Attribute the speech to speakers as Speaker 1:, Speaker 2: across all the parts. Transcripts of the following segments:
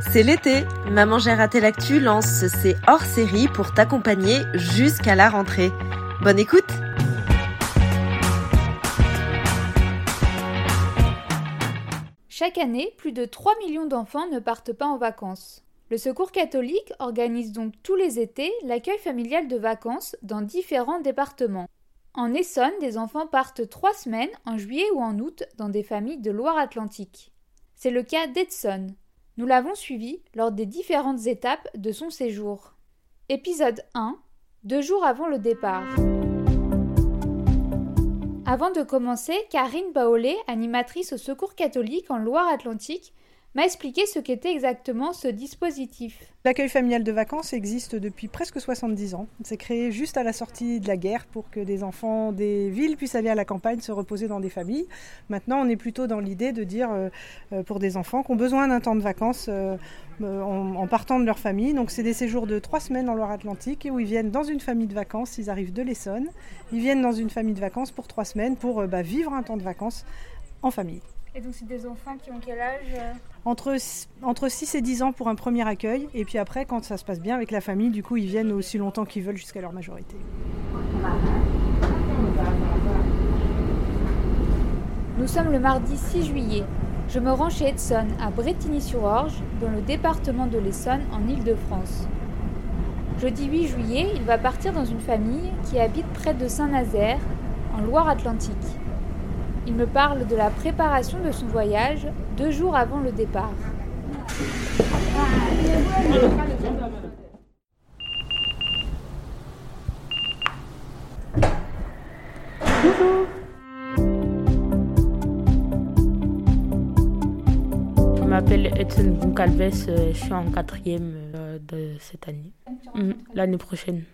Speaker 1: C'est l'été. Maman j'ai raté l'actu lance ses hors-séries pour t'accompagner jusqu'à la rentrée. Bonne écoute.
Speaker 2: Chaque année, plus de 3 millions d'enfants ne partent pas en vacances. Le Secours catholique organise donc tous les étés l'accueil familial de vacances dans différents départements. En Essonne, des enfants partent trois semaines en juillet ou en août dans des familles de Loire-Atlantique. C'est le cas d'Edson. Nous l'avons suivi lors des différentes étapes de son séjour. Épisode 1 Deux jours avant le départ. Avant de commencer, Karine Baolet, animatrice au Secours catholique en Loire-Atlantique, m'a expliqué ce qu'était exactement ce dispositif.
Speaker 3: L'accueil familial de vacances existe depuis presque 70 ans. C'est créé juste à la sortie de la guerre pour que des enfants des villes puissent aller à la campagne se reposer dans des familles. Maintenant, on est plutôt dans l'idée de dire euh, pour des enfants qui ont besoin d'un temps de vacances euh, en, en, partant de leur famille. Donc, c'est des séjours de trois semaines en Loire-Atlantique où ils viennent dans une famille de vacances. Ils arrivent de l'Essonne. Ils viennent dans une famille de vacances pour trois semaines pour euh, bah, vivre un temps de vacances en famille.
Speaker 4: Et donc, c'est des enfants qui ont quel âge euh
Speaker 3: entre, entre 6 et 10 ans pour un premier accueil, et puis après, quand ça se passe bien avec la famille, du coup, ils viennent aussi longtemps qu'ils veulent jusqu'à leur majorité.
Speaker 2: Nous sommes le mardi 6 juillet. Je me rends chez Edson à Bretigny-sur-Orge, dans le département de l'Essonne, en Île-de-France. Jeudi 8 juillet, il va partir dans une famille qui habite près de Saint-Nazaire, en Loire-Atlantique. Il me parle de la préparation de son voyage deux jours avant le départ.
Speaker 5: Je m'appelle Edson Goncalves, euh, je suis en quatrième euh, de cette année.
Speaker 2: Mhm.
Speaker 5: L'année prochaine.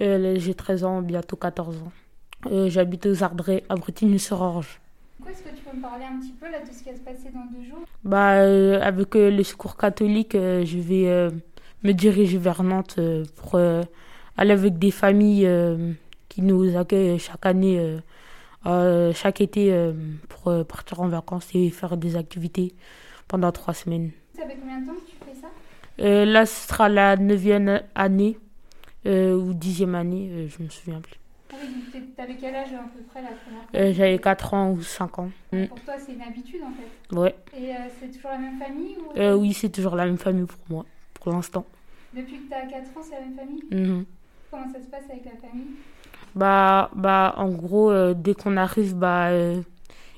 Speaker 5: Euh, J'ai 13 ans, bientôt 14 ans. Euh, J'habite aux Ardres, à Bretigny-sur-Orge.
Speaker 4: Est-ce que tu peux me parler un petit peu là, de ce qui va se passer dans deux jours
Speaker 5: bah, euh, Avec euh, le secours catholique, euh, je vais me diriger vers Nantes euh, pour aller avec des familles euh, qui nous accueillent chaque année, euh, chaque été, euh, pour partir en vacances et faire des activités pendant trois semaines.
Speaker 4: Ça fait combien de temps que tu fais ça
Speaker 5: Euh, Là, ce sera la neuvième année euh, ou dixième année, euh, je me souviens plus.
Speaker 4: T'avais quel âge à peu près la première
Speaker 5: euh, J'avais 4 ans ou 5 ans.
Speaker 2: Mm.
Speaker 4: Pour toi, c'est une habitude en fait
Speaker 5: Ouais.
Speaker 4: Et euh, c'est toujours la même famille ou...
Speaker 5: euh, Oui, c'est toujours la même famille pour moi, pour l'instant.
Speaker 4: Depuis que t'as 4 ans, c'est la même famille
Speaker 5: mm -hmm.
Speaker 4: Comment ça se passe avec la famille
Speaker 5: bah, bah, en gros, dès qu'on arrive, bah,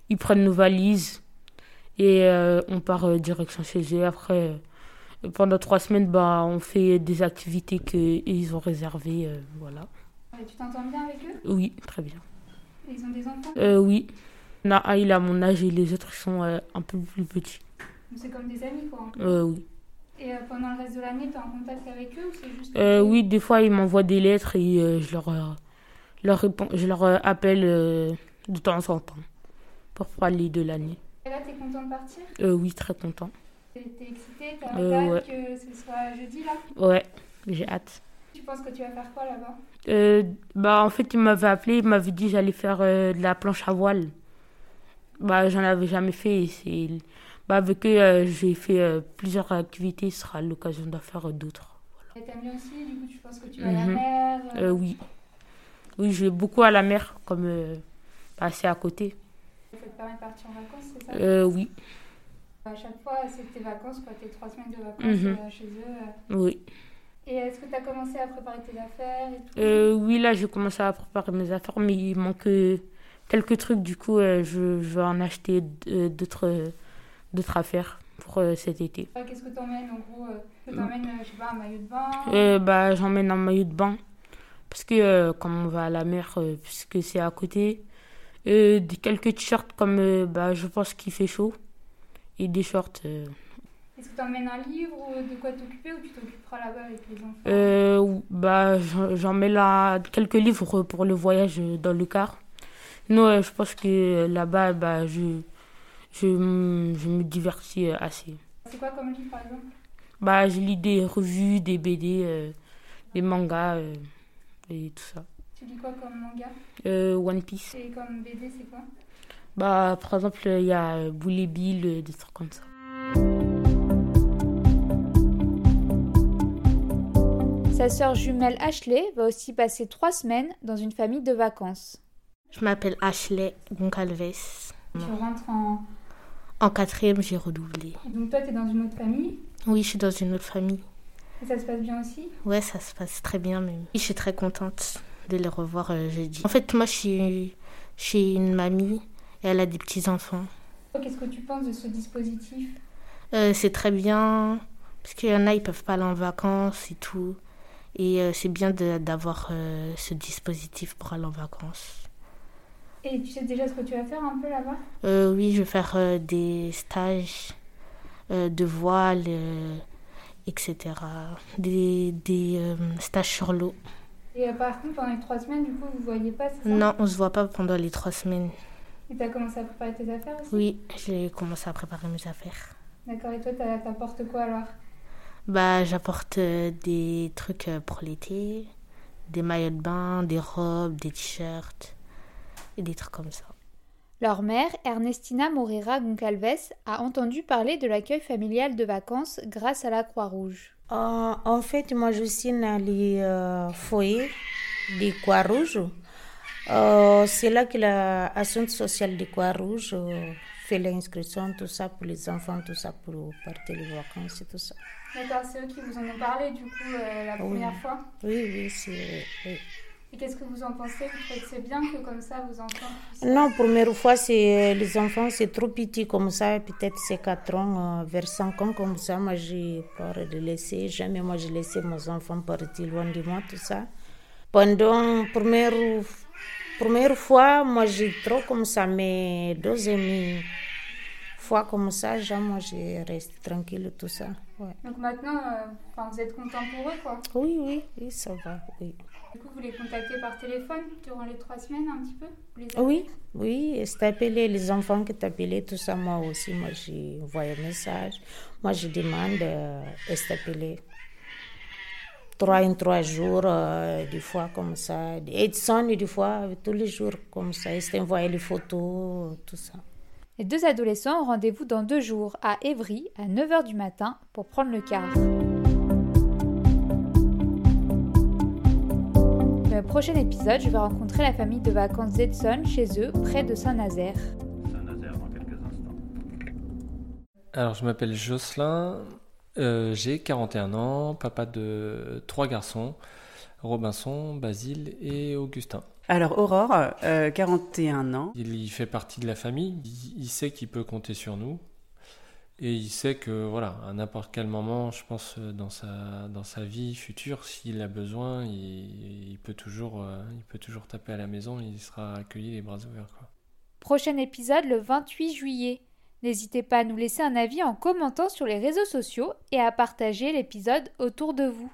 Speaker 5: ils prennent nos valises et euh, on part direction chez eux. Après, euh, pendant 3 semaines, bah, on fait des activités qu'ils ont réservées. euh, voilà.
Speaker 4: Et tu t'entends bien avec eux
Speaker 5: Oui, très bien.
Speaker 4: Et ils ont des enfants
Speaker 5: euh, Oui. Non, un, il a mon âge et les autres sont euh, un peu plus petits.
Speaker 4: C'est comme des amis, quoi. En fait.
Speaker 5: euh, oui.
Speaker 4: Et pendant le reste de l'année, tu es en contact avec eux ou c'est juste...
Speaker 5: Que... Euh, oui, des fois, ils m'envoient des lettres et euh, je leur, leur réponds, je leur euh, appelle de temps en temps pour parler de l'année. Euh,
Speaker 4: Et là, tu es content de partir
Speaker 5: Oui, très content.
Speaker 4: T'es excité T'as
Speaker 5: Euh,
Speaker 4: hâte ouais. que ce soit jeudi, là
Speaker 5: Ouais, j'ai hâte.
Speaker 4: Tu penses que tu vas faire quoi là-bas
Speaker 5: euh, bah en fait il m'avait appelé, il m'avait dit j'allais faire euh, de la planche à voile. Bah j'en avais jamais fait. C'est bah avec eux euh, j'ai fait plusieurs activités, ce sera l'occasion d'en faire d'autres.
Speaker 4: Voilà. T'aimes bien aussi, du coup tu penses que tu vas mm -hmm. à la mer
Speaker 5: Mhm. Euh, Oui, oui je vais beaucoup à la mer comme bah, c'est à côté.
Speaker 4: Ça te permet de partir en vacances, c'est ça
Speaker 5: Euh. Oui.
Speaker 4: À chaque fois c'est tes vacances, quoi, tes trois semaines de vacances
Speaker 5: Mhm.
Speaker 4: mm -hmm. chez eux.
Speaker 5: Oui.
Speaker 4: Et est-ce que tu as commencé à préparer tes affaires et tout
Speaker 5: euh, Oui, là, j'ai commencé à préparer mes affaires, mais il manque euh, quelques trucs. Du coup, je, je vais en acheter euh, d'autres affaires pour euh, cet été.
Speaker 4: Qu'est-ce que tu emmènes en gros euh, Tu emmènes, je sais pas, un maillot de bain
Speaker 5: euh, bah, J'emmène un maillot de bain. Parce que euh, quand on va à la mer, euh, puisque c'est à côté, euh, quelques t-shirts comme bah, je pense qu'il fait chaud et des shorts. euh,
Speaker 4: Est-ce que tu emmènes un livre ou de quoi t'occuper ou tu t'occuperas là-bas avec les enfants
Speaker 5: euh, bah, J'en mets là quelques livres pour le voyage dans le car. Non, euh, je pense que là-bas, bah, je, je, je, me divertis euh, assez.
Speaker 4: C'est quoi comme livre par exemple
Speaker 5: bah, Je lis des revues, des BD, euh, des mangas euh, et tout ça. Euh,
Speaker 4: Tu lis quoi comme manga
Speaker 5: One Piece.
Speaker 4: Et comme BD, c'est quoi
Speaker 5: bah, euh, Par exemple, il y a Boulet Bill, des trucs comme ça.
Speaker 2: Sa sœur jumelle Ashley va aussi passer trois semaines dans une famille de vacances.
Speaker 5: Je m'appelle Ashley Goncalves.
Speaker 4: Tu rentres en.
Speaker 5: En quatrième, j'ai redoublé.
Speaker 4: Donc toi, t'es dans une autre famille
Speaker 5: Oui, je suis dans une autre famille.
Speaker 4: et ça se passe bien aussi
Speaker 5: Ouais, ça se passe très bien même. Je suis très contente de les revoir euh, jeudi. En fait, moi, je suis chez une mamie et elle a des petits-enfants.
Speaker 4: Toi, Qu'est-ce que tu penses de ce dispositif
Speaker 5: Euh, c'est très bien, parce qu'il y en a, ils peuvent pas aller en vacances et tout. Et euh, c'est bien de- d'avoir euh, ce dispositif pour aller en vacances.
Speaker 4: Et tu sais déjà ce que tu vas faire un peu là-bas
Speaker 5: Euh, oui, je vais faire euh, des stages euh, de voile, euh, etc. Des, des euh, stages sur l'eau.
Speaker 4: Et euh, par contre, pendant les trois semaines, du coup, vous voyez pas, c'est ça
Speaker 5: Non, on se voit pas pendant les trois semaines.
Speaker 4: Et t'as commencé à préparer tes affaires aussi
Speaker 5: Oui, j'ai commencé à préparer mes affaires.
Speaker 4: D'accord, et toi, t'as- t'apportes quoi alors
Speaker 5: Bah, j'apporte euh, des trucs euh, pour l'été, des maillots de bain, des robes, des t-shirts et des trucs comme ça.
Speaker 2: Leur mère, Ernestina Moreira Goncalves, a entendu parler de l'accueil familial de vacances grâce à la Croix-Rouge.
Speaker 6: Euh, en fait, moi, je suis dans le euh, foyer des Croix-Rouge. Euh, c'est là que l'assistante sociale des Croix-Rouge euh, fait l'inscription, tout ça, pour les enfants, tout ça, pour partir les vacances et tout ça.
Speaker 4: D'accord, c'est eux qui vous en ont parlé du coup euh, la
Speaker 6: Oui.
Speaker 4: première fois.
Speaker 6: Oui, oui, c'est... oui.
Speaker 4: Et qu'est-ce que vous en pensez Vous trouvez que c'est bien que comme ça vos enfants puissent-
Speaker 6: Non, première fois, c'est euh, les enfants, c'est trop petit comme ça, peut-être c'est 4 ans, euh, vers 5 ans comme ça. Moi, j'ai peur de laisser, jamais moi, j'ai laissé mes enfants partir loin de moi, tout ça. Pendant première, première fois, moi, j'ai trop comme ça, mais deuxième fois comme ça, genre, moi, je reste tranquille, tout ça. Ouais.
Speaker 4: Donc maintenant, euh, enfin, vous êtes content pour eux quoi.
Speaker 6: Oui, oui, oui, ça va, oui.
Speaker 4: Du coup, vous les contactez par téléphone durant les trois semaines un petit peu Vous les appelez
Speaker 6: Oui, oui, c'est appelé, les enfants qui t'appelaient, tout ça, moi aussi, moi j'ai envoyé un message. Moi je demande, euh, est appelé. Trois en trois jours, euh, des fois comme ça. Edson, des fois, tous les jours comme ça. Est envoyé les photos, tout ça.
Speaker 2: Les deux adolescents ont rendez-vous dans deux jours à Évry à 9h du matin pour prendre le car. Dans le prochain épisode, je vais rencontrer la famille de vacances d'Edson chez eux, près de Saint-Nazaire.
Speaker 7: Saint-Nazaire dans quelques instants.
Speaker 8: Alors, je m'appelle Jocelyn, euh, j'ai 41 ans, papa de trois garçons, Robinson, Basile et Augustin.
Speaker 9: Alors, Aurore, euh, 41 ans.
Speaker 8: Il y fait partie de la famille, il, il sait qu'il peut compter sur nous et il sait que, voilà, à n'importe quel moment, je pense, euh, dans sa, dans sa vie future, s'il a besoin, il, il peut toujours, euh, il peut toujours taper à la maison, il sera accueilli les bras ouverts. quoi.
Speaker 2: Prochain épisode le 28 juillet. N'hésitez pas à nous laisser un avis en commentant sur les réseaux sociaux et à partager l'épisode autour de vous.